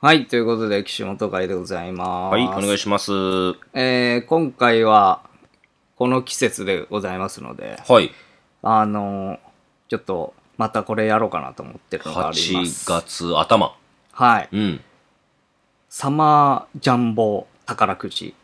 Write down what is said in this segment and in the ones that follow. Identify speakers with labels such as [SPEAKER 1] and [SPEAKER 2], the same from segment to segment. [SPEAKER 1] はい、ということで、岸本会でございます。
[SPEAKER 2] はい、お願い
[SPEAKER 1] し
[SPEAKER 2] します。
[SPEAKER 1] ま
[SPEAKER 2] は
[SPEAKER 1] す。えー、今回は、この季節でございますので、
[SPEAKER 2] い。
[SPEAKER 1] あのーちょっと、またこれやろうかなと思ってるのがあります。
[SPEAKER 2] 8。月頭。
[SPEAKER 1] はい。
[SPEAKER 2] うん。
[SPEAKER 1] サマージャンボ宝くじ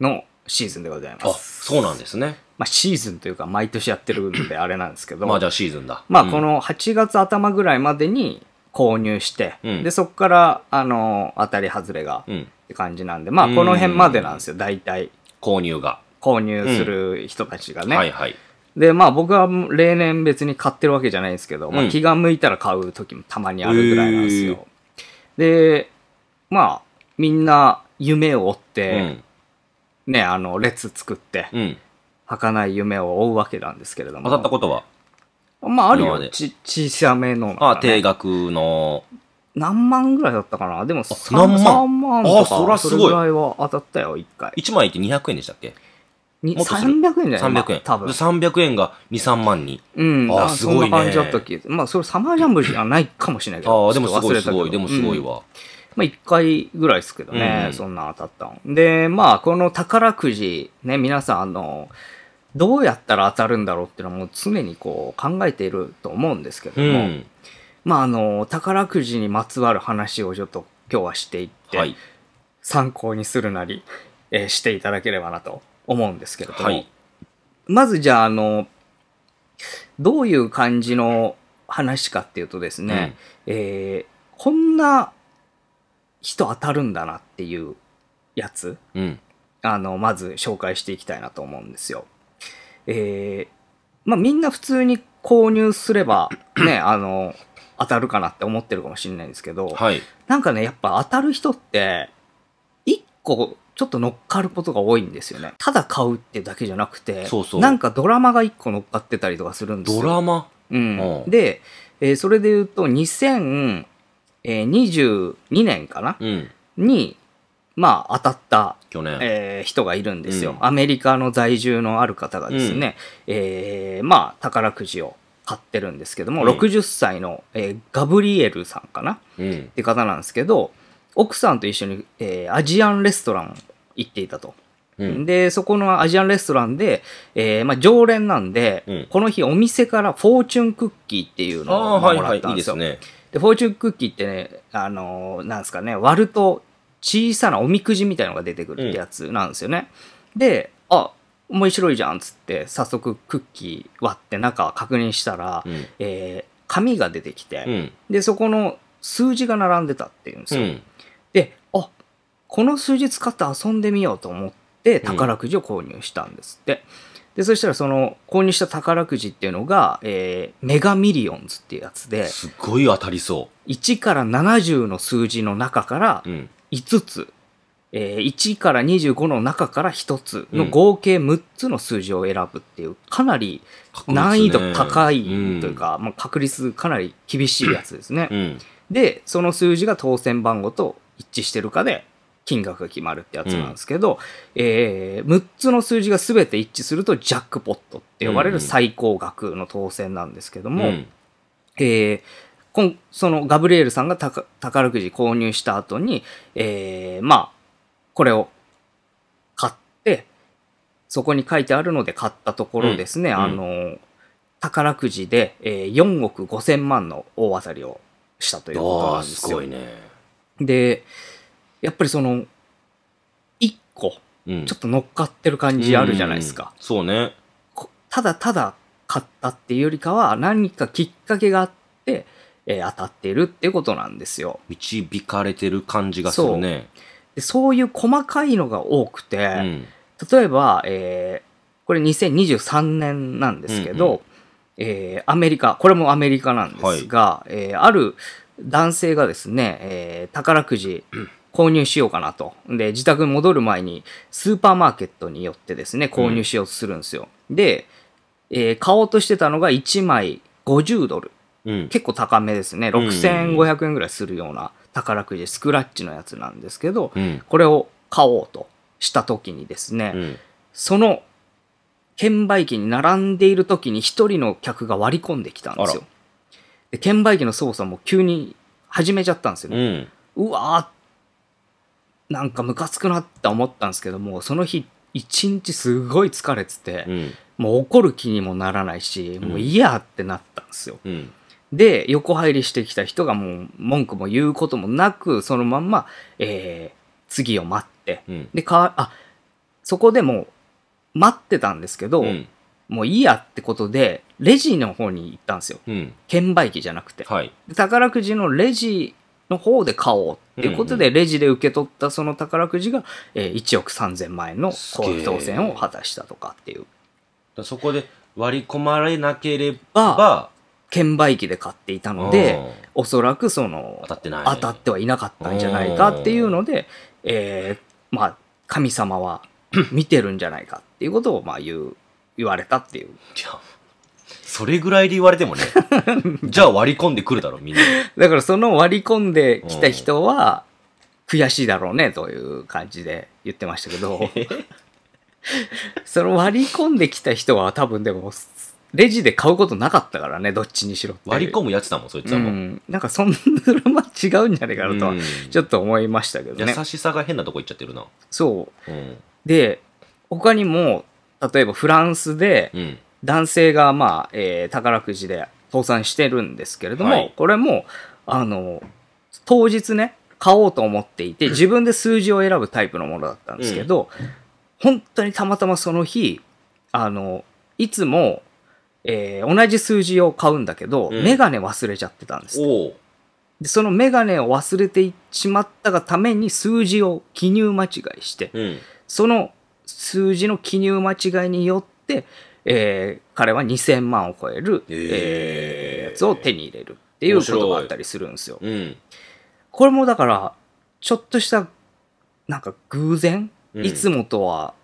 [SPEAKER 1] のシーズンでございま
[SPEAKER 2] あ、
[SPEAKER 1] す。
[SPEAKER 2] そうなんですね。
[SPEAKER 1] まあ、シーズンというか、毎年やってるんであれなんですけど、
[SPEAKER 2] まあじゃあシーズンだ。
[SPEAKER 1] まあ、
[SPEAKER 2] うん
[SPEAKER 1] こ。の8月頭ぐらいまでに購入して、
[SPEAKER 2] うん
[SPEAKER 1] でそこからあの当たり外れがっ
[SPEAKER 2] うん。
[SPEAKER 1] て感じなんで、まあ、この辺までなんですよ、大体
[SPEAKER 2] 購入が。
[SPEAKER 1] 購入する人たちがね。
[SPEAKER 2] はいはい。
[SPEAKER 1] で、まあ、僕は例年別に買ってるわけじゃないんですけど、まあ、
[SPEAKER 2] うん
[SPEAKER 1] 気が向いたら買う時もたまにあるぐらいなんですよ。で、まあ、みんな夢を追っ
[SPEAKER 2] う
[SPEAKER 1] て、
[SPEAKER 2] ん。
[SPEAKER 1] ね、あの、列作って、
[SPEAKER 2] うん。
[SPEAKER 1] 儚い夢を追うわけなんですけれども。
[SPEAKER 2] 当たったことは
[SPEAKER 1] まあ、ある
[SPEAKER 2] 今ま
[SPEAKER 1] よ
[SPEAKER 2] で。
[SPEAKER 1] ち、小さめの、
[SPEAKER 2] あ、定額の。
[SPEAKER 1] 何万ぐらいだったかなでも3、
[SPEAKER 2] 何万
[SPEAKER 1] 3万とか
[SPEAKER 2] あそらすごい
[SPEAKER 1] れぐらいは当たったよ、1回。
[SPEAKER 2] 1枚って200円でしたっけ
[SPEAKER 1] に
[SPEAKER 2] もっとする
[SPEAKER 1] 300円じゃない
[SPEAKER 2] ?300 円。
[SPEAKER 1] 多分。
[SPEAKER 2] 300円が2、3万に。
[SPEAKER 1] うん。
[SPEAKER 2] あ
[SPEAKER 1] なんか
[SPEAKER 2] すごいね
[SPEAKER 1] そんな感じだったっけまあ、それサマージャンボじゃないかもしれないけど。
[SPEAKER 2] ああ、でも
[SPEAKER 1] ちょ
[SPEAKER 2] す
[SPEAKER 1] っと忘
[SPEAKER 2] ご
[SPEAKER 1] れ
[SPEAKER 2] い
[SPEAKER 1] たけ
[SPEAKER 2] す
[SPEAKER 1] ど
[SPEAKER 2] ごい。でもすごい。
[SPEAKER 1] うん
[SPEAKER 2] わ。
[SPEAKER 1] まあ、1回ぐらいですけどね、
[SPEAKER 2] うん
[SPEAKER 1] そんな当たったの。で、まあ、この宝くじ、ね、皆さん、あの、どうやったら当たるんだろうっていうのはもう常にこう考えていると思うんですけ
[SPEAKER 2] う
[SPEAKER 1] ども、
[SPEAKER 2] ん。
[SPEAKER 1] まああの宝くじにまつわる話をちょっと今日はしていって、
[SPEAKER 2] はい。
[SPEAKER 1] 参考にするなり、えーしていただければなと思うんですけれども、
[SPEAKER 2] はい。
[SPEAKER 1] まずじゃああのどういう感じの話かっていうとですね、えーこんな人当たるんだなっていうやつ
[SPEAKER 2] うん。
[SPEAKER 1] あのまず紹介していきたいなと思うんですよ。えーまあ、みんな普通に購入すればねあの当たるかなって思ってるかもしれないんですけど、
[SPEAKER 2] はい。
[SPEAKER 1] なんかね、やっぱ当たる人って、一個ちょっと乗っかることが多いんですよね。ただ買うってだけじゃなくて、
[SPEAKER 2] そうそう
[SPEAKER 1] なんかドラマが一個乗っかってたりとかするんですよ。
[SPEAKER 2] ドラマ
[SPEAKER 1] うん
[SPEAKER 2] う。ん
[SPEAKER 1] で、えーそれで言うと、2022年かな
[SPEAKER 2] うん。
[SPEAKER 1] に、まあ、当たった、
[SPEAKER 2] 去年。
[SPEAKER 1] えー人がいるんですよ、
[SPEAKER 2] うん
[SPEAKER 1] アメリカの在住のある方がですね、えーまあ、宝くじを買ってるんですけども、
[SPEAKER 2] うん
[SPEAKER 1] 60歳の、えーガブリエルさんかな
[SPEAKER 2] うん
[SPEAKER 1] っ。て方なんですけど奥さんと一緒に、えーアジアンレストラン行っていたと、
[SPEAKER 2] うん。
[SPEAKER 1] でそこのアジアンレストランで、えーまあ、常連なんで、
[SPEAKER 2] うん
[SPEAKER 1] この日お店からフォーチュンクッキーっていう
[SPEAKER 2] あ
[SPEAKER 1] の
[SPEAKER 2] あ
[SPEAKER 1] を
[SPEAKER 2] ー、はい
[SPEAKER 1] もら
[SPEAKER 2] は
[SPEAKER 1] っ
[SPEAKER 2] い。
[SPEAKER 1] た
[SPEAKER 2] い
[SPEAKER 1] ん
[SPEAKER 2] い
[SPEAKER 1] で
[SPEAKER 2] です
[SPEAKER 1] よ、
[SPEAKER 2] すね。
[SPEAKER 1] でフォーチュンクッキーってねあのーなんですかね割ると小さなおみくじみたいのが出てくるってやつなんですよね、であ面白いじゃんっつって早速クッキー割って中確認したら、
[SPEAKER 2] うん。
[SPEAKER 1] えー紙が出てきて、
[SPEAKER 2] うん。
[SPEAKER 1] でそこの数字が並んでたっていうんです
[SPEAKER 2] う
[SPEAKER 1] よ、
[SPEAKER 2] ん。
[SPEAKER 1] で、あこの数字使って遊んでみようと思って
[SPEAKER 2] ん
[SPEAKER 1] 宝くじを購入したんですって。で、そしたらその購入した宝くじっていうのが、えーメガミリオンズっていうやつで、
[SPEAKER 2] すっごい当たりそ
[SPEAKER 1] 1から70の数字の中から
[SPEAKER 2] う。うん。
[SPEAKER 1] 5つ、えー1から25の中から1つの合計6つの数字を選ぶっていう、かなり難易度高いというか、まあ確率かなり厳しいやつですね。
[SPEAKER 2] うん、
[SPEAKER 1] で、その数字が当選番号と一致してるかで、金額が決まるってやつなんですけど、えー、6つの数字が全て一致すると、ジャックポットって呼ばれ
[SPEAKER 2] うんう
[SPEAKER 1] る
[SPEAKER 2] ん
[SPEAKER 1] 最高額の当選なんですけど
[SPEAKER 2] うん、
[SPEAKER 1] も、えーこんそのガブリエルさんがたか宝くじ購入した後に、えーまあ、これを買って、そこに書いてあるので買ったところですね、
[SPEAKER 2] うん
[SPEAKER 1] あの、宝くじで、えー4億5千万の大当たりをしたということ
[SPEAKER 2] あ
[SPEAKER 1] なん
[SPEAKER 2] あ
[SPEAKER 1] です
[SPEAKER 2] す
[SPEAKER 1] よ。
[SPEAKER 2] ごいね、
[SPEAKER 1] で、やっぱりその、1個、
[SPEAKER 2] うん、
[SPEAKER 1] ちょっ
[SPEAKER 2] っ
[SPEAKER 1] と乗っかってる感じあるじゃないですか。
[SPEAKER 2] そうね
[SPEAKER 1] こただただ買ったっていうよりかは何かきっかけがあって、えー当たっているっていうことなんですよ
[SPEAKER 2] 導かれてる感じがするね
[SPEAKER 1] でそういう細かいのが多くて、
[SPEAKER 2] う、ん、
[SPEAKER 1] 例えば、えーこれ2023年なんですけど、
[SPEAKER 2] うんう
[SPEAKER 1] えーアメリカこれもアメリカなんですが、えーある男性がですね、えー宝くじ購入しようかなとで自宅に戻る前にスーパーマーケットによってですね購入しようとするんですよ、で、えー買おうとしてたのが1枚50ドル
[SPEAKER 2] うん、
[SPEAKER 1] 結構高めですね
[SPEAKER 2] うん
[SPEAKER 1] 6500円ぐらいするような宝くじスクラッチのやつなんですけど
[SPEAKER 2] うん
[SPEAKER 1] これを買おうとした時にですね、
[SPEAKER 2] うん
[SPEAKER 1] その券売機に並んでいる時に一人の客が割り込んできたんですよ
[SPEAKER 2] あ。
[SPEAKER 1] で券売機の操作も急に始めちゃったんですよ
[SPEAKER 2] う
[SPEAKER 1] ね。
[SPEAKER 2] ん
[SPEAKER 1] ううわーなんかムカつくなって思ったんですけどもその日一日すごい疲れてて、
[SPEAKER 2] うん。
[SPEAKER 1] もう怒る気にもならないしもういいやってなったんですよ。
[SPEAKER 2] うん。
[SPEAKER 1] で横入りしてきた人がもう文句も言うこともなくそのまんま、えー次を待って
[SPEAKER 2] うん。
[SPEAKER 1] でかわあそこでもう待ってたんですけど、
[SPEAKER 2] うん。
[SPEAKER 1] もういいやってことでレジの方に行ったんですよ
[SPEAKER 2] うん。
[SPEAKER 1] 券売機じゃなくて
[SPEAKER 2] はい。
[SPEAKER 1] 宝くじのレジの方で買おうっていうことで、レジで受け取ったその宝くじが、えー1億3000万円の
[SPEAKER 2] すげえ
[SPEAKER 1] 当選を果たしたとかっていう
[SPEAKER 2] だそこで割り込まれなけれ
[SPEAKER 1] が
[SPEAKER 2] ば、
[SPEAKER 1] 券売機で買っていたの
[SPEAKER 2] う
[SPEAKER 1] で
[SPEAKER 2] ん
[SPEAKER 1] おそらくその
[SPEAKER 2] 当たってない。
[SPEAKER 1] 当たってはいなかったんじゃないかっていうので、えーまあ神様は 見てるんじゃないかっていうことをまあ言う言われたっていう
[SPEAKER 2] いや それぐらいで言われ てもね、じゃあ割り込んでくるだろ、みんな。
[SPEAKER 1] だからその割り込んできた人は悔しいだろうねという感じで言ってましたけど その割り込んできた人は多分でもレジで買うことなかったからねどっちにしろっていう
[SPEAKER 2] 割り込むやつだもん、そいつは
[SPEAKER 1] う
[SPEAKER 2] もう。
[SPEAKER 1] ん、なんかそんなま違うんじゃないかなとは
[SPEAKER 2] うん
[SPEAKER 1] ちょっと思いましたけどね
[SPEAKER 2] 優しさが変なとこ行っちゃってるな。
[SPEAKER 1] そう
[SPEAKER 2] うん。
[SPEAKER 1] で他にも例えばフランスで
[SPEAKER 2] うん。
[SPEAKER 1] 男性が、まあえー宝くじで倒産してるんですけれども、
[SPEAKER 2] はい
[SPEAKER 1] これもあの当日ね買おうと思っていて自分で数字を選ぶタイプのものだったんですけど、本当にたまたまその日あのいつも、えー同じ数字を買うんだけど、
[SPEAKER 2] うん
[SPEAKER 1] メガネ忘れちゃってたんです
[SPEAKER 2] おう
[SPEAKER 1] でそのメガネを忘れてしまったがために数字を記入間違いして、
[SPEAKER 2] うん。
[SPEAKER 1] その数字の記入間違いによって、えー彼は2000万を超える、
[SPEAKER 2] えー
[SPEAKER 1] えーやつを手に入れるっていうことがあったりするんですよ。
[SPEAKER 2] うん。
[SPEAKER 1] これもだからちょっとしたなんか偶然、
[SPEAKER 2] うん
[SPEAKER 1] いつもとは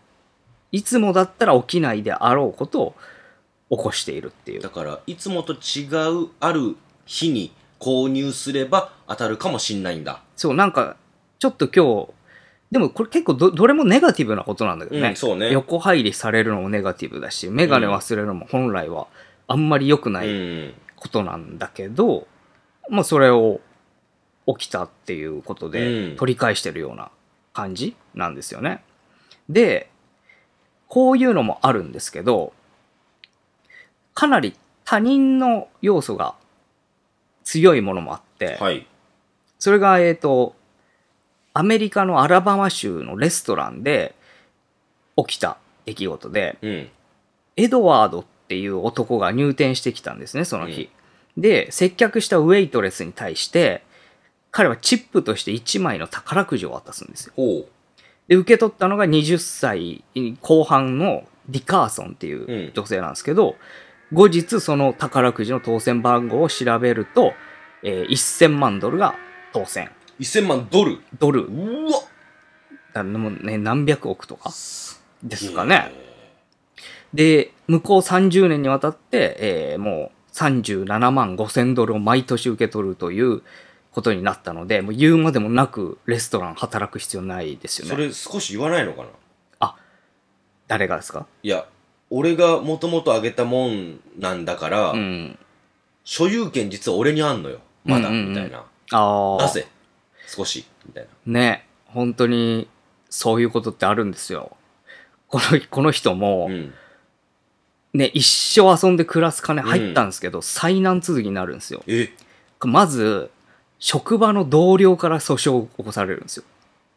[SPEAKER 1] いつもだったら起きないであろうことを起こしているっていう
[SPEAKER 2] だから、いつもと違うある日に購入すれば当たるかもしんないんだ。
[SPEAKER 1] そうなんかちょっと今日でもこれ結構どどれもネガティブなことなんだけどね、
[SPEAKER 2] うん、そうね。
[SPEAKER 1] 横入りされるのもネガティブだし眼鏡忘れるのも本来はあんまり良くない
[SPEAKER 2] うん。
[SPEAKER 1] ことなんだけど、まあ、それを起きたっていうことで
[SPEAKER 2] うん
[SPEAKER 1] 取り返してるような感じなんですよね。でこういうのもあるんですけどかなり他人の要素が強いものもあって、
[SPEAKER 2] はい。
[SPEAKER 1] それがえっ、とアメリカのアラバマ州のレストランで起きた出来事で、
[SPEAKER 2] うん。
[SPEAKER 1] エドワードっていう男が入店してきたんですね、その日。で、接客したウェイトレスに対して、彼はチップとして1枚の宝くじを渡すんですよ。
[SPEAKER 2] おう。
[SPEAKER 1] で、受け取ったのが20歳後半のディカーソンって
[SPEAKER 2] う
[SPEAKER 1] い
[SPEAKER 2] ん
[SPEAKER 1] う女性なんですけど、後日その宝くじの当選番号を調べると、えー1000万ドルが当選。
[SPEAKER 2] 1000万ドル。
[SPEAKER 1] ドル、
[SPEAKER 2] うわ
[SPEAKER 1] だもうね、何百億とかですか
[SPEAKER 2] いい
[SPEAKER 1] ね。で、向こう30年にわたって、えーもう37万5千ドルを毎年受け取るということになったので、もう言うまでもなくレストラン働く必要ないですよ
[SPEAKER 2] そ
[SPEAKER 1] ね。
[SPEAKER 2] れ少し言わないのかな
[SPEAKER 1] 誰がですか
[SPEAKER 2] いや、俺がもともとあげたもんなんだから、
[SPEAKER 1] うん。
[SPEAKER 2] 所有権実は俺にあんのよ。まだ、
[SPEAKER 1] うんうんうん
[SPEAKER 2] みたいな。
[SPEAKER 1] あ
[SPEAKER 2] 出
[SPEAKER 1] あ。
[SPEAKER 2] せ。少し。みたいな。
[SPEAKER 1] ね。本当に、そういうことってあるんですよ。この、この人も
[SPEAKER 2] う、ん。
[SPEAKER 1] ね、一生遊んで暮らす金入ったんですけど、災難続きになるんですよ。
[SPEAKER 2] え、
[SPEAKER 1] まず、職場の同僚から訴訟を起こされるんですよ。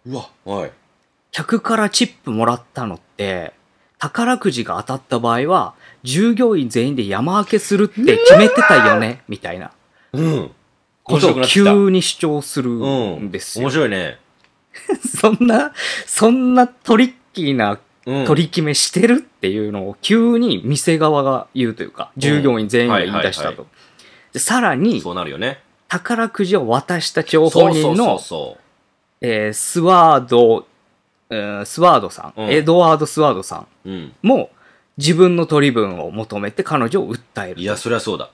[SPEAKER 2] うわ、はい。
[SPEAKER 1] 客からチップもらったのって、宝くじが当たった場合は、従業員全員で山分けするって決めてたよね、みたいな
[SPEAKER 2] うん。
[SPEAKER 1] こ
[SPEAKER 2] 面
[SPEAKER 1] と
[SPEAKER 2] 白
[SPEAKER 1] を
[SPEAKER 2] くなってきた。
[SPEAKER 1] 急に主張する
[SPEAKER 2] うんん。
[SPEAKER 1] ですよ。
[SPEAKER 2] 面白いね。
[SPEAKER 1] そんな、そんなトリッキーな
[SPEAKER 2] うん。
[SPEAKER 1] 取り決めしてるっていうのを急に店側が言うというか、従業員全員が言い出した
[SPEAKER 2] はいはい
[SPEAKER 1] と。でさらに、
[SPEAKER 2] そうなるよね。
[SPEAKER 1] 宝くじを渡した張本人
[SPEAKER 2] そうそう
[SPEAKER 1] の
[SPEAKER 2] そ
[SPEAKER 1] えースワード、えースワードさん、
[SPEAKER 2] うん
[SPEAKER 1] エドワード・スワードさん
[SPEAKER 2] うそう。うん。
[SPEAKER 1] も自分の取り分を求めて彼女を訴え
[SPEAKER 2] い
[SPEAKER 1] る。
[SPEAKER 2] や、そりゃそうだ。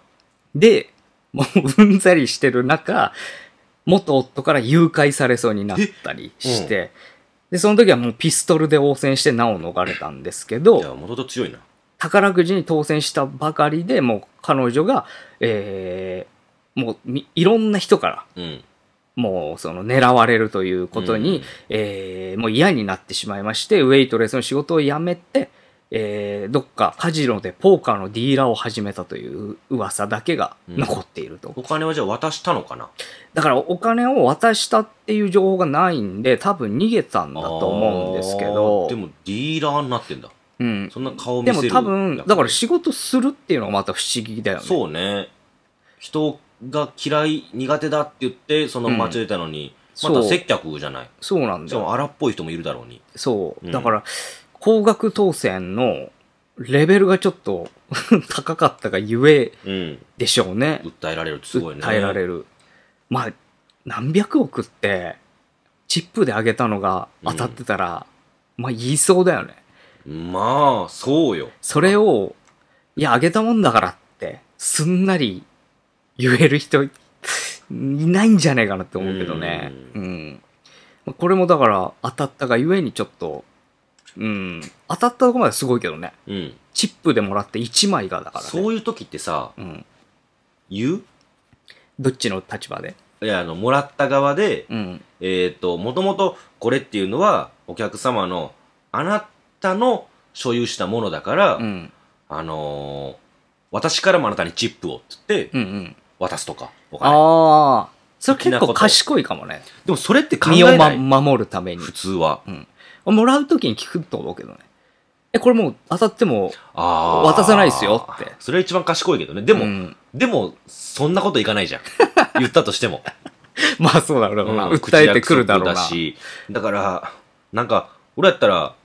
[SPEAKER 1] で、もううんざりしてる中、元夫から誘拐されそうになったりして、で、その時はもうピストルで応戦してなお逃れたんですけ
[SPEAKER 2] い
[SPEAKER 1] ど、
[SPEAKER 2] や、もともと強いな。
[SPEAKER 1] 宝くじに当選したばかりでもう彼女が、えーもうみいろんな人から
[SPEAKER 2] うん。
[SPEAKER 1] もうその狙われるということに、
[SPEAKER 2] うん
[SPEAKER 1] えーもう嫌になってしまいまして、ウェイトレスの仕事を辞めて、えーどっかカジノでポーカーのディーラーを始めたという噂だけが残っていると。
[SPEAKER 2] お金はじゃあ渡したのかな
[SPEAKER 1] だからお金を渡したっていう情報がないんで、多分逃げたんだと思うんですけ
[SPEAKER 2] あー
[SPEAKER 1] ど、
[SPEAKER 2] でもディーラーになってんだ
[SPEAKER 1] うん、
[SPEAKER 2] そんな顔見
[SPEAKER 1] で
[SPEAKER 2] せる
[SPEAKER 1] も多分、だから
[SPEAKER 2] し
[SPEAKER 1] 仕事するっていうのがまた不思議だよね。
[SPEAKER 2] そうね人が嫌い苦手だって言ってその街出たの
[SPEAKER 1] うん
[SPEAKER 2] に、ま
[SPEAKER 1] そ
[SPEAKER 2] た
[SPEAKER 1] う
[SPEAKER 2] 接客じゃない
[SPEAKER 1] そうなん
[SPEAKER 2] し
[SPEAKER 1] だ
[SPEAKER 2] か
[SPEAKER 1] よ。
[SPEAKER 2] も荒っぽい人もいるだろうに
[SPEAKER 1] そうう。
[SPEAKER 2] ん
[SPEAKER 1] だから、高額当選のレベルがちょっと 高かったがゆえ
[SPEAKER 2] うん
[SPEAKER 1] でしょうね。
[SPEAKER 2] 訴えられるってすごいね
[SPEAKER 1] 耐えられる。まあ、何百億って、チップで上げたのが当たってたら、まあ言いそうだよね。
[SPEAKER 2] まあそうよ
[SPEAKER 1] それを、いや、上げたもんだからって、すんなり言える人いないんじゃねえかなって思うけどね。
[SPEAKER 2] う
[SPEAKER 1] うん。まあこれもだから、当たったがゆえにちょっと、うん、当たったとこまですごいけどね。
[SPEAKER 2] うん
[SPEAKER 1] チップでもらって1枚がだからね。
[SPEAKER 2] そういう時ってさ
[SPEAKER 1] うん。
[SPEAKER 2] 言
[SPEAKER 1] どっちの立場で。
[SPEAKER 2] ういやあのもらった側で
[SPEAKER 1] うん。
[SPEAKER 2] えっ、ともともとこれっていうのはお客様のあなたの所有したものだから、
[SPEAKER 1] うん。
[SPEAKER 2] あのー私からもあなたにチップをって言って
[SPEAKER 1] うんうん。
[SPEAKER 2] 渡すとか、お金。
[SPEAKER 1] ああ。それ結
[SPEAKER 2] 的なこ
[SPEAKER 1] 構
[SPEAKER 2] と
[SPEAKER 1] 賢いかもね。
[SPEAKER 2] でもそれって考
[SPEAKER 1] 身
[SPEAKER 2] え
[SPEAKER 1] を、
[SPEAKER 2] な
[SPEAKER 1] ま、
[SPEAKER 2] い、
[SPEAKER 1] 守るために。
[SPEAKER 2] 普通は。
[SPEAKER 1] もらうときに聞くと思うけどね。え、これもう当たっても
[SPEAKER 2] あー
[SPEAKER 1] 渡さないですよって
[SPEAKER 2] それは一番賢いけどね。でも、
[SPEAKER 1] うん
[SPEAKER 2] でも、そんなこといかないじゃん。言ったとしても。
[SPEAKER 1] まあそうだろうな。
[SPEAKER 2] うん
[SPEAKER 1] 訴えてくるだろう
[SPEAKER 2] 口約束
[SPEAKER 1] な。
[SPEAKER 2] だし。だから、なんか、俺やったら、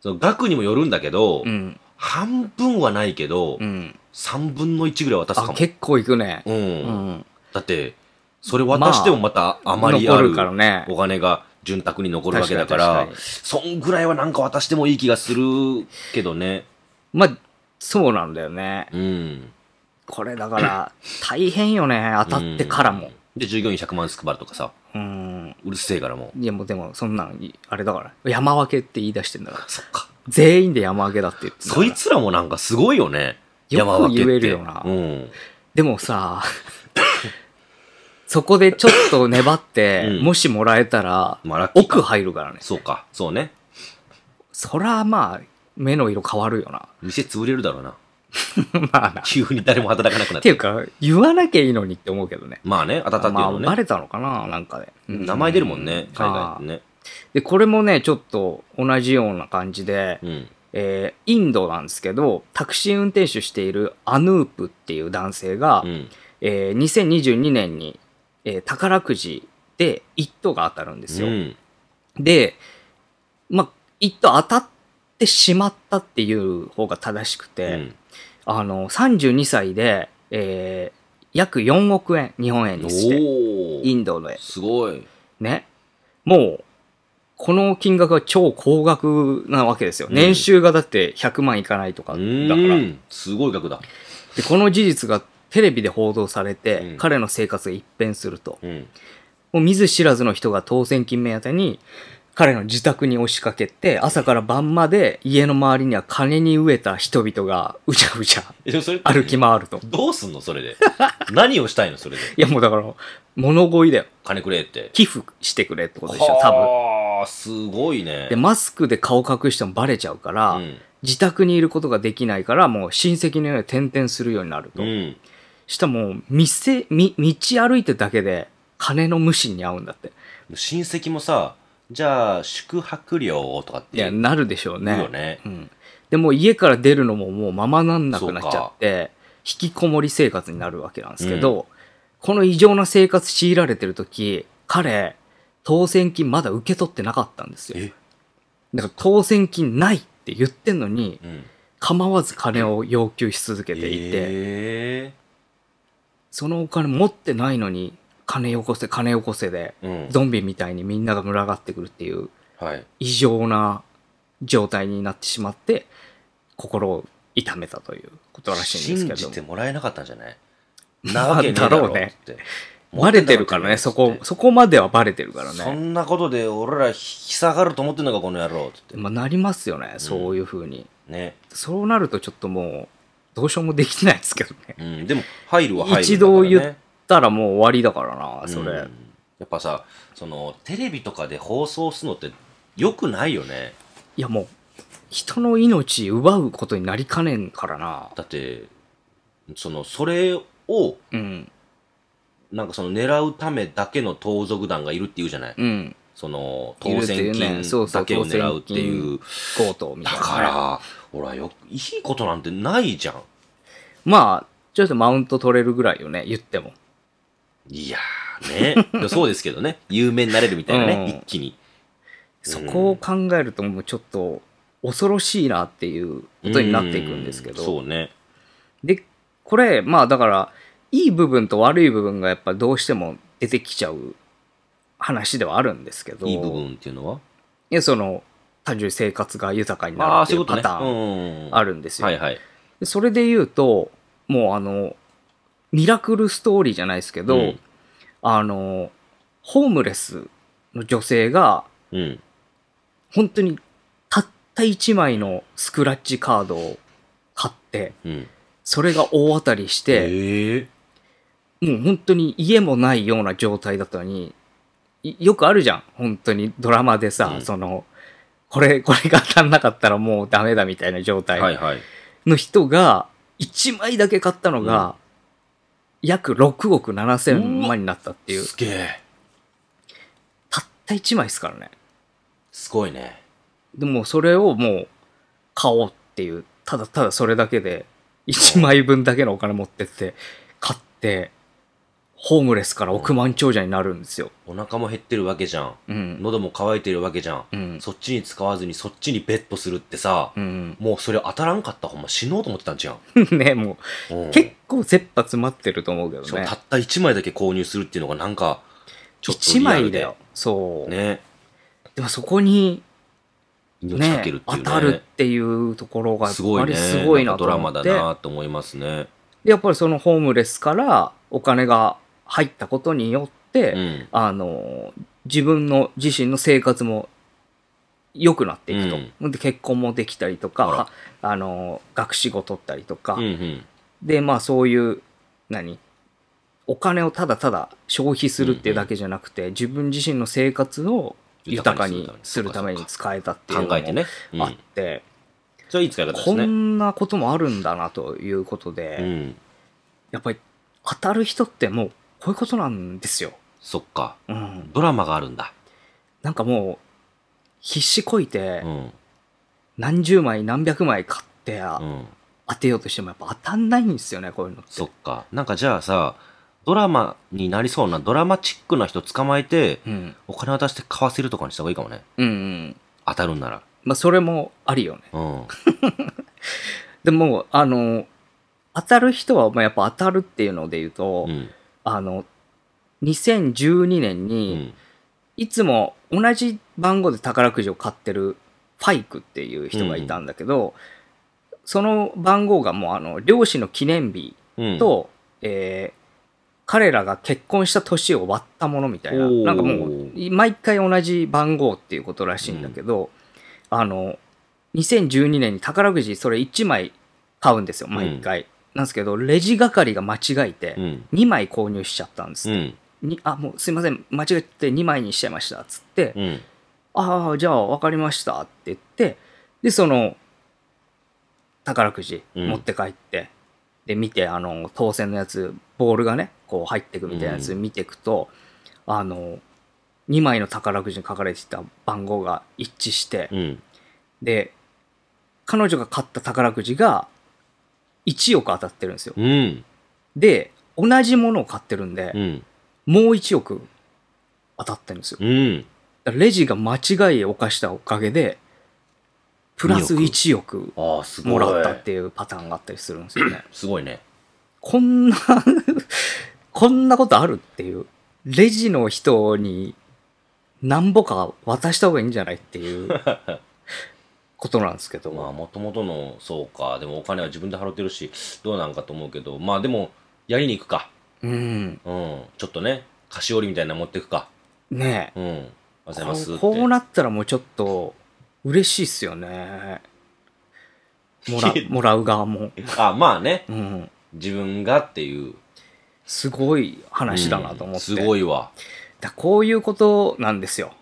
[SPEAKER 2] その額にもよるんだけど、
[SPEAKER 1] うん。
[SPEAKER 2] 半分はないけど、
[SPEAKER 1] うん。
[SPEAKER 2] 3分の1ぐらい渡すか
[SPEAKER 1] あ、
[SPEAKER 2] も。
[SPEAKER 1] 結構いくね。う
[SPEAKER 2] う。
[SPEAKER 1] んん。
[SPEAKER 2] だって、それ渡してもまた余りあ
[SPEAKER 1] 残
[SPEAKER 2] る
[SPEAKER 1] るからね。
[SPEAKER 2] お金が潤沢に残るわけだか
[SPEAKER 1] 確
[SPEAKER 2] ら
[SPEAKER 1] かに確かに
[SPEAKER 2] そんぐらいはなんか渡してもいい気がするけどね
[SPEAKER 1] まあ、そうなんだよね。
[SPEAKER 2] うん
[SPEAKER 1] これだ から、大変よね。当たってからも。
[SPEAKER 2] うんで従業員100万ずつ配るとかさ
[SPEAKER 1] うん。
[SPEAKER 2] うるせえからもう
[SPEAKER 1] いやもうでも、そんなん、あれだから。山分けって言い出してんだから。
[SPEAKER 2] そっか
[SPEAKER 1] 全員で山分けだって言ってんだか
[SPEAKER 2] そ
[SPEAKER 1] ら
[SPEAKER 2] いつらもなんかすごいよね
[SPEAKER 1] よく
[SPEAKER 2] 山分けって
[SPEAKER 1] 言えるよな
[SPEAKER 2] うん
[SPEAKER 1] でもさ、そこでちょっと粘って、
[SPEAKER 2] うん
[SPEAKER 1] もしもらえたら、
[SPEAKER 2] まあラッキーか
[SPEAKER 1] 奥入るからね。
[SPEAKER 2] そうかそうね
[SPEAKER 1] そらまあ、目の色変わるよな。
[SPEAKER 2] 店潰れるだろうな
[SPEAKER 1] まあな。っ
[SPEAKER 2] 急に誰も働かなくなって
[SPEAKER 1] いう
[SPEAKER 2] て
[SPEAKER 1] か、言わなきゃいいのにって思うけどね。
[SPEAKER 2] まあね当たったっていう
[SPEAKER 1] まあ、
[SPEAKER 2] の
[SPEAKER 1] バ
[SPEAKER 2] ね
[SPEAKER 1] レたのかななんかで。うん
[SPEAKER 2] 名前出るもんね海外ってね
[SPEAKER 1] で、これもね、ちょっと同じような感じで、
[SPEAKER 2] うん
[SPEAKER 1] えーインドなんですけど、タクシー運転手しているアヌープっていう男性が、
[SPEAKER 2] うん
[SPEAKER 1] えー2022年に、えー宝くじで1等が当たるんですよ。
[SPEAKER 2] うん
[SPEAKER 1] で、まあ、1等当たってしまったっていう方が正しく
[SPEAKER 2] う
[SPEAKER 1] て、
[SPEAKER 2] ん
[SPEAKER 1] あの、32歳で、えー約4億円、日本円
[SPEAKER 2] お
[SPEAKER 1] にして、イ
[SPEAKER 2] ー
[SPEAKER 1] ンドです
[SPEAKER 2] ごい
[SPEAKER 1] ね、もう、この金額は超高額なわけですよ。
[SPEAKER 2] うん
[SPEAKER 1] 年収がだって100万いかないとかだ
[SPEAKER 2] う
[SPEAKER 1] から。
[SPEAKER 2] ーんすごい額だ
[SPEAKER 1] で、この事実がテレビで報道されて、
[SPEAKER 2] うん
[SPEAKER 1] 彼の生活が一変すると。
[SPEAKER 2] うん
[SPEAKER 1] もう見ず知らずの人が当選金目当てに、彼の自宅に押しかけて、朝から晩まで家の周りには金に飢えた人々がうじゃうじゃ
[SPEAKER 2] えでもそれって
[SPEAKER 1] 歩き回ると。
[SPEAKER 2] どうすんのそれで。 何をしたいのそれで。
[SPEAKER 1] いやもうだから、物乞いだよ。
[SPEAKER 2] 金くれって。
[SPEAKER 1] 寄付してくれってことでしょ、多分。
[SPEAKER 2] 分。すごいね。
[SPEAKER 1] で、マスクで顔隠してもバレちゃうから、
[SPEAKER 2] うん。
[SPEAKER 1] 自宅にいることができないから、もう親戚のように転々するようになると。
[SPEAKER 2] うん。
[SPEAKER 1] したらもう、店、み、道歩いてるだけで、金の無心に合うんだって。
[SPEAKER 2] 親戚もさ、じゃあ、宿泊料とかっ
[SPEAKER 1] い
[SPEAKER 2] て言
[SPEAKER 1] や、
[SPEAKER 2] う
[SPEAKER 1] なるでしょうね。
[SPEAKER 2] よね。
[SPEAKER 1] うん、でもう家から出るのももうままなんなくなっちゃって引きこもり生活になるわけなんですけど、この異常な生活強いられてる時彼当選金まだ受け取ってなかったんですよ
[SPEAKER 2] え
[SPEAKER 1] だから当選金ないって言ってんのに
[SPEAKER 2] うん。
[SPEAKER 1] 構わず金を要求し続けていて、
[SPEAKER 2] え
[SPEAKER 1] そのお金持ってないのに金よこせ金よこせで
[SPEAKER 2] ーうん。
[SPEAKER 1] ゾンビみたいにみんなが群がってくるっていう
[SPEAKER 2] はい。
[SPEAKER 1] 異常な状態になってしまって心を痛めたということらしいん
[SPEAKER 2] 信
[SPEAKER 1] です
[SPEAKER 2] じ
[SPEAKER 1] け
[SPEAKER 2] て
[SPEAKER 1] ど
[SPEAKER 2] もらえなかったんじ ゃない
[SPEAKER 1] あ
[SPEAKER 2] なわけねえ
[SPEAKER 1] だ
[SPEAKER 2] だろ
[SPEAKER 1] ろう
[SPEAKER 2] う
[SPEAKER 1] ね
[SPEAKER 2] って。
[SPEAKER 1] バレてるからねそこ
[SPEAKER 2] 持ってなかったんじゃないっつって
[SPEAKER 1] そこまではバレてるから
[SPEAKER 2] そ
[SPEAKER 1] ね、
[SPEAKER 2] んなことで俺ら引き下がると思ってんのか、この野郎って。
[SPEAKER 1] まあ、なりますよねそういうふうに、
[SPEAKER 2] ね。
[SPEAKER 1] そうなるとちょっともうどうしようもできないですけどね
[SPEAKER 2] うん。でも、入るは入るんだからね。
[SPEAKER 1] 一度言ったらもう終わりだからなそれ、
[SPEAKER 2] うんやっぱさそのテレビとかで放送するのってよくないよね
[SPEAKER 1] いやもう人の命奪うことになりかねんからな
[SPEAKER 2] だってそのそれを
[SPEAKER 1] うん
[SPEAKER 2] なんかその狙うためだけの盗賊団がいるっていうじゃない、
[SPEAKER 1] うん
[SPEAKER 2] その
[SPEAKER 1] いる
[SPEAKER 2] 当
[SPEAKER 1] ってい
[SPEAKER 2] 選
[SPEAKER 1] うね
[SPEAKER 2] 金
[SPEAKER 1] そうそう
[SPEAKER 2] だけを狙うっていう
[SPEAKER 1] 強盗み
[SPEAKER 2] だ
[SPEAKER 1] たいなね、
[SPEAKER 2] から俺はよくいいことなんてないじゃん
[SPEAKER 1] まあちょっとマウント取れるぐらいよね言っても
[SPEAKER 2] いやーねで もそうですけどね有名になれるみたいなね、
[SPEAKER 1] うん
[SPEAKER 2] 一気に
[SPEAKER 1] そこを考えるともうちょっと恐ろしいなっていうことになっていくんですけ
[SPEAKER 2] う
[SPEAKER 1] ど、
[SPEAKER 2] そうね
[SPEAKER 1] でこれまあだからいい部分と悪い部分がやっぱどうしても出てきちゃう話ではあるんですけど
[SPEAKER 2] いい部分っていうのはい
[SPEAKER 1] やその単純に生活が豊かにな
[SPEAKER 2] あ
[SPEAKER 1] る
[SPEAKER 2] あ
[SPEAKER 1] って
[SPEAKER 2] そ
[SPEAKER 1] い
[SPEAKER 2] ういう
[SPEAKER 1] う
[SPEAKER 2] こと
[SPEAKER 1] パ
[SPEAKER 2] ね
[SPEAKER 1] ターン
[SPEAKER 2] うん
[SPEAKER 1] あるんですよ、
[SPEAKER 2] はいはい
[SPEAKER 1] でそれで言うともうあのミラクルストーリーじゃないですけど、
[SPEAKER 2] うん
[SPEAKER 1] あのホームレスの女性が
[SPEAKER 2] うん
[SPEAKER 1] 本当にたった1枚のスクラッチカードを買って
[SPEAKER 2] うん
[SPEAKER 1] それが大当たりして、
[SPEAKER 2] ええ
[SPEAKER 1] もう本当に家もないような状態だったのにいよくあるじゃん本当にドラマでさ、
[SPEAKER 2] うん
[SPEAKER 1] そのこれ これが当たんなかったらもうダメだみたいな状態
[SPEAKER 2] はいはい
[SPEAKER 1] の人が1枚だけ買ったのが、約6億7千万になったっていう
[SPEAKER 2] すげえ
[SPEAKER 1] たった1枚ですからね
[SPEAKER 2] すごいね
[SPEAKER 1] でもそれをもう買おうっていうただただそれだけで1枚分だけのお金持ってって買ってホームレスから億万長者になるんですよ
[SPEAKER 2] お腹も減ってるわけじゃん
[SPEAKER 1] うん
[SPEAKER 2] 喉も渇いてるわけじゃん、
[SPEAKER 1] うん
[SPEAKER 2] そっちに使わずにそっちにベットするってさ、
[SPEAKER 1] うん
[SPEAKER 2] もうそれ当たらんかったらほんま死のうと思ってたんじゃん、
[SPEAKER 1] ねも
[SPEAKER 2] うん
[SPEAKER 1] う結構切羽詰まってると思うけど
[SPEAKER 2] しかも
[SPEAKER 1] ね
[SPEAKER 2] たった1枚だけ購入するっていうのがなんかちょっと
[SPEAKER 1] 1
[SPEAKER 2] リア
[SPEAKER 1] 枚
[SPEAKER 2] ル
[SPEAKER 1] だ
[SPEAKER 2] で
[SPEAKER 1] よそう、
[SPEAKER 2] ね
[SPEAKER 1] でもそこに
[SPEAKER 2] 命か
[SPEAKER 1] ね
[SPEAKER 2] けるってい
[SPEAKER 1] 当
[SPEAKER 2] うね
[SPEAKER 1] たるっていうところがやっ
[SPEAKER 2] すご
[SPEAKER 1] ぱ
[SPEAKER 2] いね
[SPEAKER 1] りすごいなと
[SPEAKER 2] ドラ
[SPEAKER 1] 思
[SPEAKER 2] マ
[SPEAKER 1] っ
[SPEAKER 2] だ
[SPEAKER 1] て
[SPEAKER 2] なと思いますね
[SPEAKER 1] でやっぱりそのホームレスからお金が入ったことによって、
[SPEAKER 2] うん
[SPEAKER 1] あの自分の自身の生活も良くなっていくと、で結婚もできたりと
[SPEAKER 2] あ
[SPEAKER 1] かあの学士号取ったりとか、
[SPEAKER 2] うんうん
[SPEAKER 1] でまあそういう何お金をただただ消費するっていうだけじゃなくて、自分自身の生活を豊かにするために使えたっていうのも
[SPEAKER 2] 考えてね、うん
[SPEAKER 1] あって、
[SPEAKER 2] それはいい使い方です
[SPEAKER 1] こ
[SPEAKER 2] ね
[SPEAKER 1] んなこともあるんだなということで、
[SPEAKER 2] うん
[SPEAKER 1] やっぱり当たる人ってもうこういうことなんですよ。
[SPEAKER 2] そっか
[SPEAKER 1] うん、
[SPEAKER 2] ドラマがあるんだ、
[SPEAKER 1] なんかもう必死こいて
[SPEAKER 2] うん
[SPEAKER 1] 何十枚何百枚買って
[SPEAKER 2] うん、
[SPEAKER 1] 当てようとしてもやっぱ当たんないんですよねこういうのって。
[SPEAKER 2] そっかなんかじゃあさドラマになりそうなドラマチックな人捕まえて
[SPEAKER 1] うん
[SPEAKER 2] お金渡して買わせるとかにした方がいいかもね
[SPEAKER 1] うんうん
[SPEAKER 2] 当たるんなら
[SPEAKER 1] まあそれもありよね。
[SPEAKER 2] うん
[SPEAKER 1] でもあの当たる人はまあやっぱ当たるっていうので言うと、
[SPEAKER 2] うん
[SPEAKER 1] あの2012年
[SPEAKER 2] う
[SPEAKER 1] に、
[SPEAKER 2] ん
[SPEAKER 1] いつも同じ番号で宝くじを買ってるファイクっていう人がいたんだけど、その番号がもうあの両親の記念日
[SPEAKER 2] うん
[SPEAKER 1] と、えー彼らが結婚した年を割ったものみたいな
[SPEAKER 2] おー
[SPEAKER 1] なんかもうい毎回同じ番号っていうことらしいんだけど、あの2012年に宝くじそれ1枚買うんですよ毎回、なんですけどレジ係が間違えて
[SPEAKER 2] うん
[SPEAKER 1] 2枚購入しちゃったんですって
[SPEAKER 2] うん
[SPEAKER 1] にあもうすいません間違えて2枚にしちゃいましたっつって、
[SPEAKER 2] うん
[SPEAKER 1] ああじゃあ分かりましたって言ってでその宝くじ
[SPEAKER 2] うん
[SPEAKER 1] 持って帰って、で見てあの当選のやつボールがねこう入ってくみたいなやつ見ていくと、あの2枚の宝くじに書かれてた番号が一致して、
[SPEAKER 2] うん
[SPEAKER 1] で彼女が買った宝くじが1億当たってるんですよ、
[SPEAKER 2] うん
[SPEAKER 1] で同じものを買ってるんで、
[SPEAKER 2] うん
[SPEAKER 1] もう1億当たってるんですよ。
[SPEAKER 2] うん
[SPEAKER 1] だからレジが間違いを犯したおかげで、プラス
[SPEAKER 2] 2億
[SPEAKER 1] 1億
[SPEAKER 2] ああすごい
[SPEAKER 1] もらったっていうパターンがあったりするんですよね。
[SPEAKER 2] すごいね
[SPEAKER 1] こんな、こんなことあるっていう。レジの人に何ぼか渡した方がいいんじゃないって いうことなんですけど。
[SPEAKER 2] まあもともとのそうかでもお金は自分で払ってるしどうなんかと思うけどまあでもやりに行くか
[SPEAKER 1] うん。
[SPEAKER 2] うんちょっとね菓子折りみたいなの持ってくか
[SPEAKER 1] ねえ。
[SPEAKER 2] うんありがとうございますって
[SPEAKER 1] こうこうなったらもうちょっと嬉しいっすよね。もらもらう側も。
[SPEAKER 2] あまあね
[SPEAKER 1] うん。
[SPEAKER 2] 自分がっていう
[SPEAKER 1] すごい話だなと思って、
[SPEAKER 2] うんすごいわ
[SPEAKER 1] だこういうことなんですよ。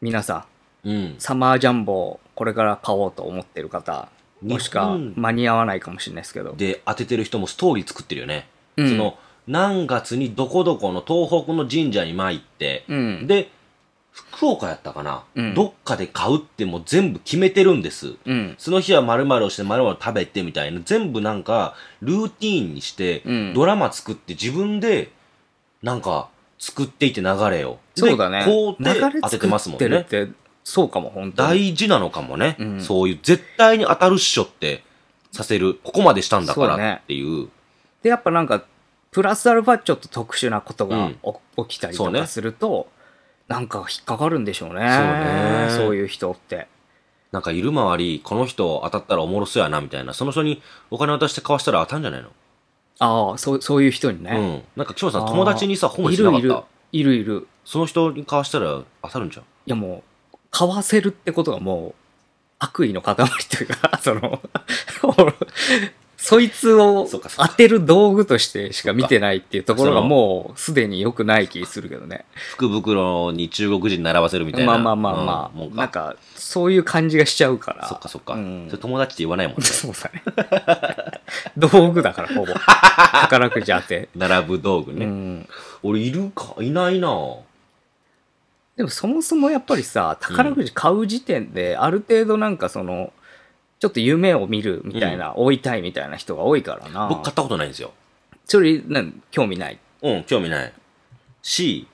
[SPEAKER 1] 皆さん、
[SPEAKER 2] うん。
[SPEAKER 1] サマージャンボをこれから買おうと思ってる方、もしか
[SPEAKER 2] 日本
[SPEAKER 1] 間に合わないかもしれないですけど。
[SPEAKER 2] で当ててる人もストーリー作ってるよね。
[SPEAKER 1] うん
[SPEAKER 2] その、何月にどこどこの東北の神社に参って、
[SPEAKER 1] うん。
[SPEAKER 2] で、福岡やったかな、
[SPEAKER 1] うん
[SPEAKER 2] どっかで買うってもう全部決めてるんです。
[SPEAKER 1] うん。
[SPEAKER 2] その日は〇〇をして〇〇を食べてみたいな、全部なんか、ルーティーンにして、
[SPEAKER 1] うん
[SPEAKER 2] ドラマ作って自分で、なんか、作っていって流れを。で
[SPEAKER 1] そうだね。
[SPEAKER 2] こうで
[SPEAKER 1] 流れ
[SPEAKER 2] 当ててますもん
[SPEAKER 1] 作っ
[SPEAKER 2] ね。
[SPEAKER 1] てるってそうかも、本当に。
[SPEAKER 2] 大事なのかもね、
[SPEAKER 1] うん
[SPEAKER 2] そういう、絶対に当たるっしょってさせる。ここまでしたんだか
[SPEAKER 1] そうだ
[SPEAKER 2] ら
[SPEAKER 1] ね
[SPEAKER 2] っていう。
[SPEAKER 1] で、やっぱなんか、プラスアルファちょっと特殊なこと
[SPEAKER 2] う
[SPEAKER 1] が
[SPEAKER 2] ん
[SPEAKER 1] お起きたり
[SPEAKER 2] そ
[SPEAKER 1] と
[SPEAKER 2] うね
[SPEAKER 1] かすると、なんか引っかかるんでしょうね。
[SPEAKER 2] ね
[SPEAKER 1] そういう人って。
[SPEAKER 2] なんかいる周り、この人当たったらおもろそうやな、みたいな。その人にお金渡して買わしたら当たんじゃないの
[SPEAKER 1] ああ、そう、そういう人にね。
[SPEAKER 2] うん。なんか、キョウさん
[SPEAKER 1] あー
[SPEAKER 2] 友達にさ、ホーム
[SPEAKER 1] い
[SPEAKER 2] しな
[SPEAKER 1] る
[SPEAKER 2] かっ
[SPEAKER 1] いる
[SPEAKER 2] た。。
[SPEAKER 1] いるいる。
[SPEAKER 2] その人に買わしたら当たるんじゃん。
[SPEAKER 1] いやもう、買わせるってことがもう、悪意の塊というか、 その、そいつを
[SPEAKER 2] そうかそう
[SPEAKER 1] 当
[SPEAKER 2] か
[SPEAKER 1] てる道具としてしか見てないっていうところ
[SPEAKER 2] そ
[SPEAKER 1] が
[SPEAKER 2] の
[SPEAKER 1] もうすでに良くない気するけどね。
[SPEAKER 2] 福袋に中国人並ばせるみたい
[SPEAKER 1] ま
[SPEAKER 2] な。
[SPEAKER 1] あまあまあまあ、
[SPEAKER 2] うんもん
[SPEAKER 1] なんか、
[SPEAKER 2] か。
[SPEAKER 1] そういう感じがしちゃうから。
[SPEAKER 2] そっかそっか。
[SPEAKER 1] うん。
[SPEAKER 2] それ友達って言わないもん ね
[SPEAKER 1] そうだね。道具だから、ほぼ。宝くじ当て。
[SPEAKER 2] 並ぶ道 具ね。
[SPEAKER 1] うん。
[SPEAKER 2] 俺いるかいないな
[SPEAKER 1] でもそもそもやっぱりさ、宝くじ買う時点で、ある程度なんかその、ちょっと夢を見るみたいな、追いたいみたいな人が多いからな。
[SPEAKER 2] 僕買ったことないんですよ。
[SPEAKER 1] それ、なん興味ない。
[SPEAKER 2] うん、興味ない。し、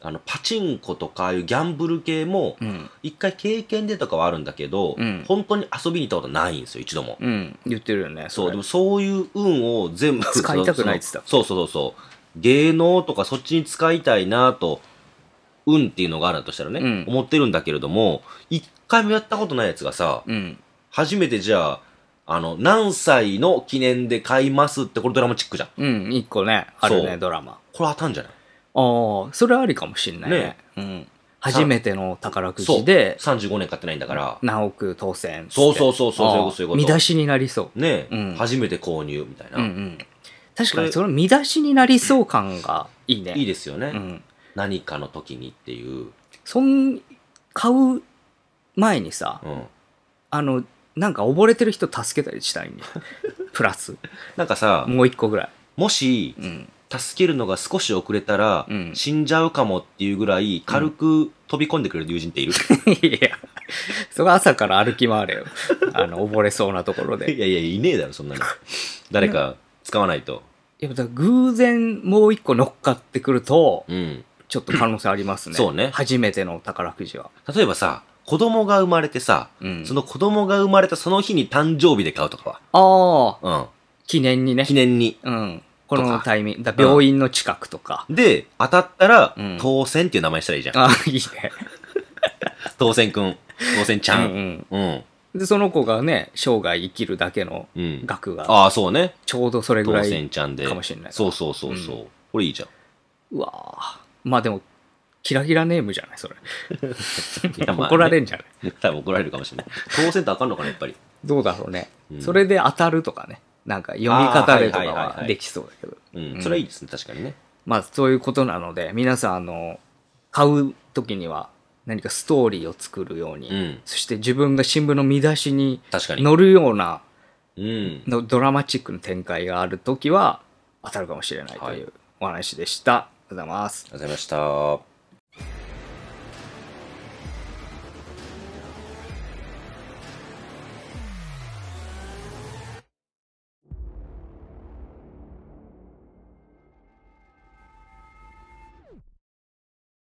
[SPEAKER 2] あの、パチンコとかああいうギャンブル系も
[SPEAKER 1] う、ん。
[SPEAKER 2] 一回経験でとかはあるんだけど、
[SPEAKER 1] うん
[SPEAKER 2] 本当に遊びに行ったことないんですよ、一度も。
[SPEAKER 1] うん。言ってるよね。
[SPEAKER 2] そう、
[SPEAKER 1] れ
[SPEAKER 2] でもそういう運を全部
[SPEAKER 1] 使いたくないっつった
[SPEAKER 2] そうそうそうそう。芸能とかそっちに使いたいなと、運っていうのがあるんだとしたらね、
[SPEAKER 1] うん
[SPEAKER 2] 思ってるんだけれども、一回もやったことないやつがさ、
[SPEAKER 1] うん。
[SPEAKER 2] 初めてじゃあ、あの、何歳の記念で買いますって、これドラマチックじゃん。
[SPEAKER 1] うん。一個ね、ある
[SPEAKER 2] そう
[SPEAKER 1] ね、ドラマ。
[SPEAKER 2] これ当たんじゃな
[SPEAKER 1] あ
[SPEAKER 2] い
[SPEAKER 1] あ、それはありかもしんないね。
[SPEAKER 2] ね
[SPEAKER 1] うん。初めての宝く
[SPEAKER 2] そう。
[SPEAKER 1] じで、
[SPEAKER 2] 35年買ってないんだから、
[SPEAKER 1] 何億当選っつって。
[SPEAKER 2] そうそうそうそうそういうこと
[SPEAKER 1] ああ
[SPEAKER 2] そういうこと
[SPEAKER 1] 見出しになりそう。
[SPEAKER 2] ね、
[SPEAKER 1] うん
[SPEAKER 2] 初めて購入みたいな。
[SPEAKER 1] うんうん。確か
[SPEAKER 2] こ
[SPEAKER 1] に
[SPEAKER 2] れ
[SPEAKER 1] その見出しになりそう感がいいね。
[SPEAKER 2] いいですよね、
[SPEAKER 1] うん。
[SPEAKER 2] 何かの時にっていう。
[SPEAKER 1] そん、買う前にさ、
[SPEAKER 2] うん。
[SPEAKER 1] あの、なんか溺れてる人助けたりした いね。プラス。
[SPEAKER 2] なんかさ、
[SPEAKER 1] もう一個ぐらい。
[SPEAKER 2] もし、
[SPEAKER 1] うん。
[SPEAKER 2] 助けるのが少し遅れたら、
[SPEAKER 1] うん
[SPEAKER 2] 死んじゃうかもっていうぐらい軽く飛び込んでくれる友人っている、
[SPEAKER 1] いや、そこ朝から歩き回れよ。あの、溺れそうなところ で。
[SPEAKER 2] いやいやいねえだろそんなの 誰か使わないと
[SPEAKER 1] いや、だから偶然もう一個乗っかってくると、
[SPEAKER 2] うん
[SPEAKER 1] ちょっと可能性ありますね。
[SPEAKER 2] そうね
[SPEAKER 1] 初めての宝くじは。
[SPEAKER 2] 例えばさ子供が生まれてさ、
[SPEAKER 1] うん。
[SPEAKER 2] その子供が生まれたその日に誕生日で買うとか
[SPEAKER 1] ああ、
[SPEAKER 2] は、
[SPEAKER 1] 記念に
[SPEAKER 2] う
[SPEAKER 1] ね
[SPEAKER 2] ん、記。念に
[SPEAKER 1] うん。ことの
[SPEAKER 2] か
[SPEAKER 1] タイミング。だから病院の近くとか。
[SPEAKER 2] で当たったら、
[SPEAKER 1] うん
[SPEAKER 2] 当選っていう名前にしたらいいじゃん
[SPEAKER 1] ああ、いいね。
[SPEAKER 2] 当選くん当選ちゃん
[SPEAKER 1] ん
[SPEAKER 2] うんうん、
[SPEAKER 1] うん。で、その子がね、生涯生きるだけの額が、
[SPEAKER 2] ああそうね
[SPEAKER 1] ちょうどそれぐ
[SPEAKER 2] 当
[SPEAKER 1] ら
[SPEAKER 2] 選
[SPEAKER 1] い。
[SPEAKER 2] ちゃんで
[SPEAKER 1] かもしれない
[SPEAKER 2] そうそうそうそう、
[SPEAKER 1] う
[SPEAKER 2] これいいじゃん
[SPEAKER 1] うわあまあでも、キラキラネームじゃないそれ。
[SPEAKER 2] いやまあね
[SPEAKER 1] 怒られんじゃない
[SPEAKER 2] 多分怒られるかもしれない当選ってあかんのかなやっぱり
[SPEAKER 1] どうだろうね、
[SPEAKER 2] うん
[SPEAKER 1] それで当たるとかね。なんか読み方でとか
[SPEAKER 2] あーはいはいはいは
[SPEAKER 1] はいできそうだけど。
[SPEAKER 2] うん、それはいいですね、確かにね。
[SPEAKER 1] まあそういうことなので、皆さんあの、買う時には何かストーリーを作るように、
[SPEAKER 2] うん
[SPEAKER 1] そして自分が新聞の見出しに
[SPEAKER 2] 確かに。
[SPEAKER 1] 乗るような
[SPEAKER 2] うん。
[SPEAKER 1] のドラマチックな展開がある時は当たるかもしれないと
[SPEAKER 2] はいいう
[SPEAKER 1] お話でした。ありがとうございます。
[SPEAKER 2] ありがとうございました。